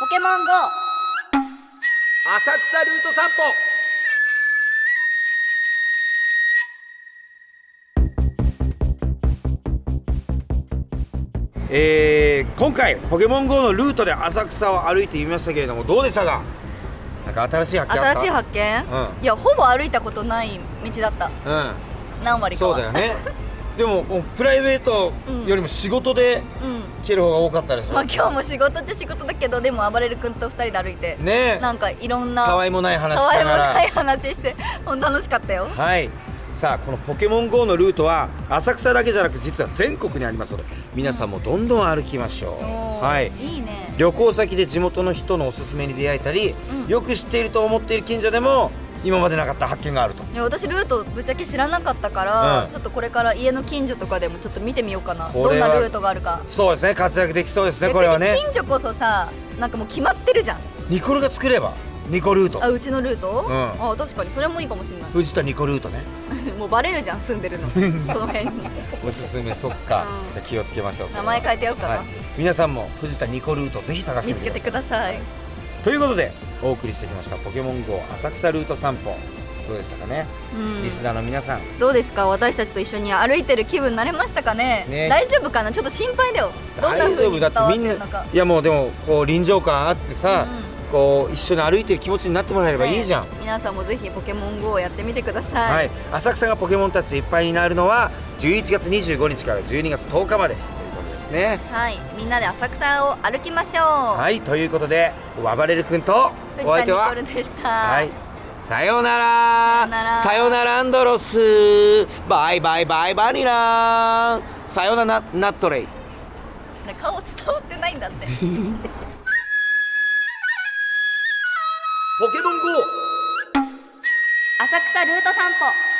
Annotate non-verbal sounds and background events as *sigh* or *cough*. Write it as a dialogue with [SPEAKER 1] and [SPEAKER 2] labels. [SPEAKER 1] ポケモン GO
[SPEAKER 2] 浅草ルート散歩えー、今回「ポケモン GO」のルートで浅草を歩いてみましたけれどもどうでしたかなんか新しい発見あっ
[SPEAKER 1] 新
[SPEAKER 2] た
[SPEAKER 1] しい発見、
[SPEAKER 2] う
[SPEAKER 1] いやほぼ歩いたことない道だった何
[SPEAKER 2] うん
[SPEAKER 1] 割か
[SPEAKER 2] そ
[SPEAKER 1] は
[SPEAKER 2] うだよね *laughs* でももうプライベートよりも仕事で
[SPEAKER 1] うん
[SPEAKER 2] 来てる方が多かったでしょ、
[SPEAKER 1] まあ今日も仕事っちゃ仕事だけどでも暴れる君と二人で歩いて、
[SPEAKER 2] ね
[SPEAKER 1] なんかいろんな
[SPEAKER 2] たわいもない話
[SPEAKER 1] た
[SPEAKER 2] し
[SPEAKER 1] わいも
[SPEAKER 2] ながら
[SPEAKER 1] ない話してほんと楽しかったよ
[SPEAKER 2] はいさあこの「ポケモン GO」のルートは浅草だけじゃなく実は全国にありますので皆さんもどんどん歩きましょう、
[SPEAKER 1] おー
[SPEAKER 2] はい
[SPEAKER 1] いいね
[SPEAKER 2] 旅行先で地元の人のおすすめに出会えたり、
[SPEAKER 1] うん
[SPEAKER 2] よく知っていると思っている近所でも今までなかった発見があると
[SPEAKER 1] いや私ルートぶっちゃけ知らなかったから、
[SPEAKER 2] うん
[SPEAKER 1] ちょっとこれから家の近所とかでもちょっと見てみようかな
[SPEAKER 2] こ
[SPEAKER 1] どん
[SPEAKER 2] れは
[SPEAKER 1] なルートがあるか
[SPEAKER 2] そうですね活躍できそうですねこれはね
[SPEAKER 1] 逆に近所こそさなんかもう決まってるじゃん
[SPEAKER 2] ニコルが作ればニコルート
[SPEAKER 1] あうちのルート、
[SPEAKER 2] うん
[SPEAKER 1] あ確かにそれもいいかもしれな
[SPEAKER 2] 藤田ニコルートね
[SPEAKER 1] い *laughs* もうバレるじゃん住んで
[SPEAKER 2] *laughs*
[SPEAKER 1] るのその辺に
[SPEAKER 2] おすすめそっか
[SPEAKER 1] うん
[SPEAKER 2] じゃあ気をつけましょうそ
[SPEAKER 1] 名
[SPEAKER 2] れは
[SPEAKER 1] 前変えてやろうかな、
[SPEAKER 2] はい、皆さんも藤田ニコルートぜひ探して
[SPEAKER 1] 見
[SPEAKER 2] み
[SPEAKER 1] つ
[SPEAKER 2] て
[SPEAKER 1] け
[SPEAKER 2] くだ
[SPEAKER 1] て
[SPEAKER 2] さ
[SPEAKER 1] くださ
[SPEAKER 2] い
[SPEAKER 1] い
[SPEAKER 2] ということでお送りしてきました「ポケモン GO 浅草ルート散歩」どうでしたかね、
[SPEAKER 1] うん
[SPEAKER 2] リスナーの皆さん
[SPEAKER 1] どうですか私たちと一緒に歩いてる気分になれましたかね
[SPEAKER 2] ね
[SPEAKER 1] 大丈夫かなちょっと心配だよどんな
[SPEAKER 2] 大
[SPEAKER 1] 風
[SPEAKER 2] 丈
[SPEAKER 1] に
[SPEAKER 2] 夫
[SPEAKER 1] 伝
[SPEAKER 2] だっ
[SPEAKER 1] わってて
[SPEAKER 2] みん
[SPEAKER 1] る
[SPEAKER 2] な
[SPEAKER 1] のか
[SPEAKER 2] いやもうでもこう臨場感あってさ、
[SPEAKER 1] う
[SPEAKER 2] こう一緒に歩いてる気持ちになってもらえればいいじゃん、
[SPEAKER 1] ね皆さんもぜひポケモン GO をやってみてください、
[SPEAKER 2] はい、浅草がポケモンたちでいっぱいになるのは11月25日から12月10日までということですね
[SPEAKER 1] はい、みんなで浅草を歩きましょう。い、
[SPEAKER 2] はいということでわばれる君とお相手は
[SPEAKER 1] ニコルでした。
[SPEAKER 2] はい。さようなら
[SPEAKER 1] さようなら
[SPEAKER 2] さようならアンドロスバイバイバイバニラさようならナットレイ
[SPEAKER 1] 顔伝わってないんだって。 *laughs*
[SPEAKER 2] ポケモン GO!
[SPEAKER 1] 浅草ルート散歩。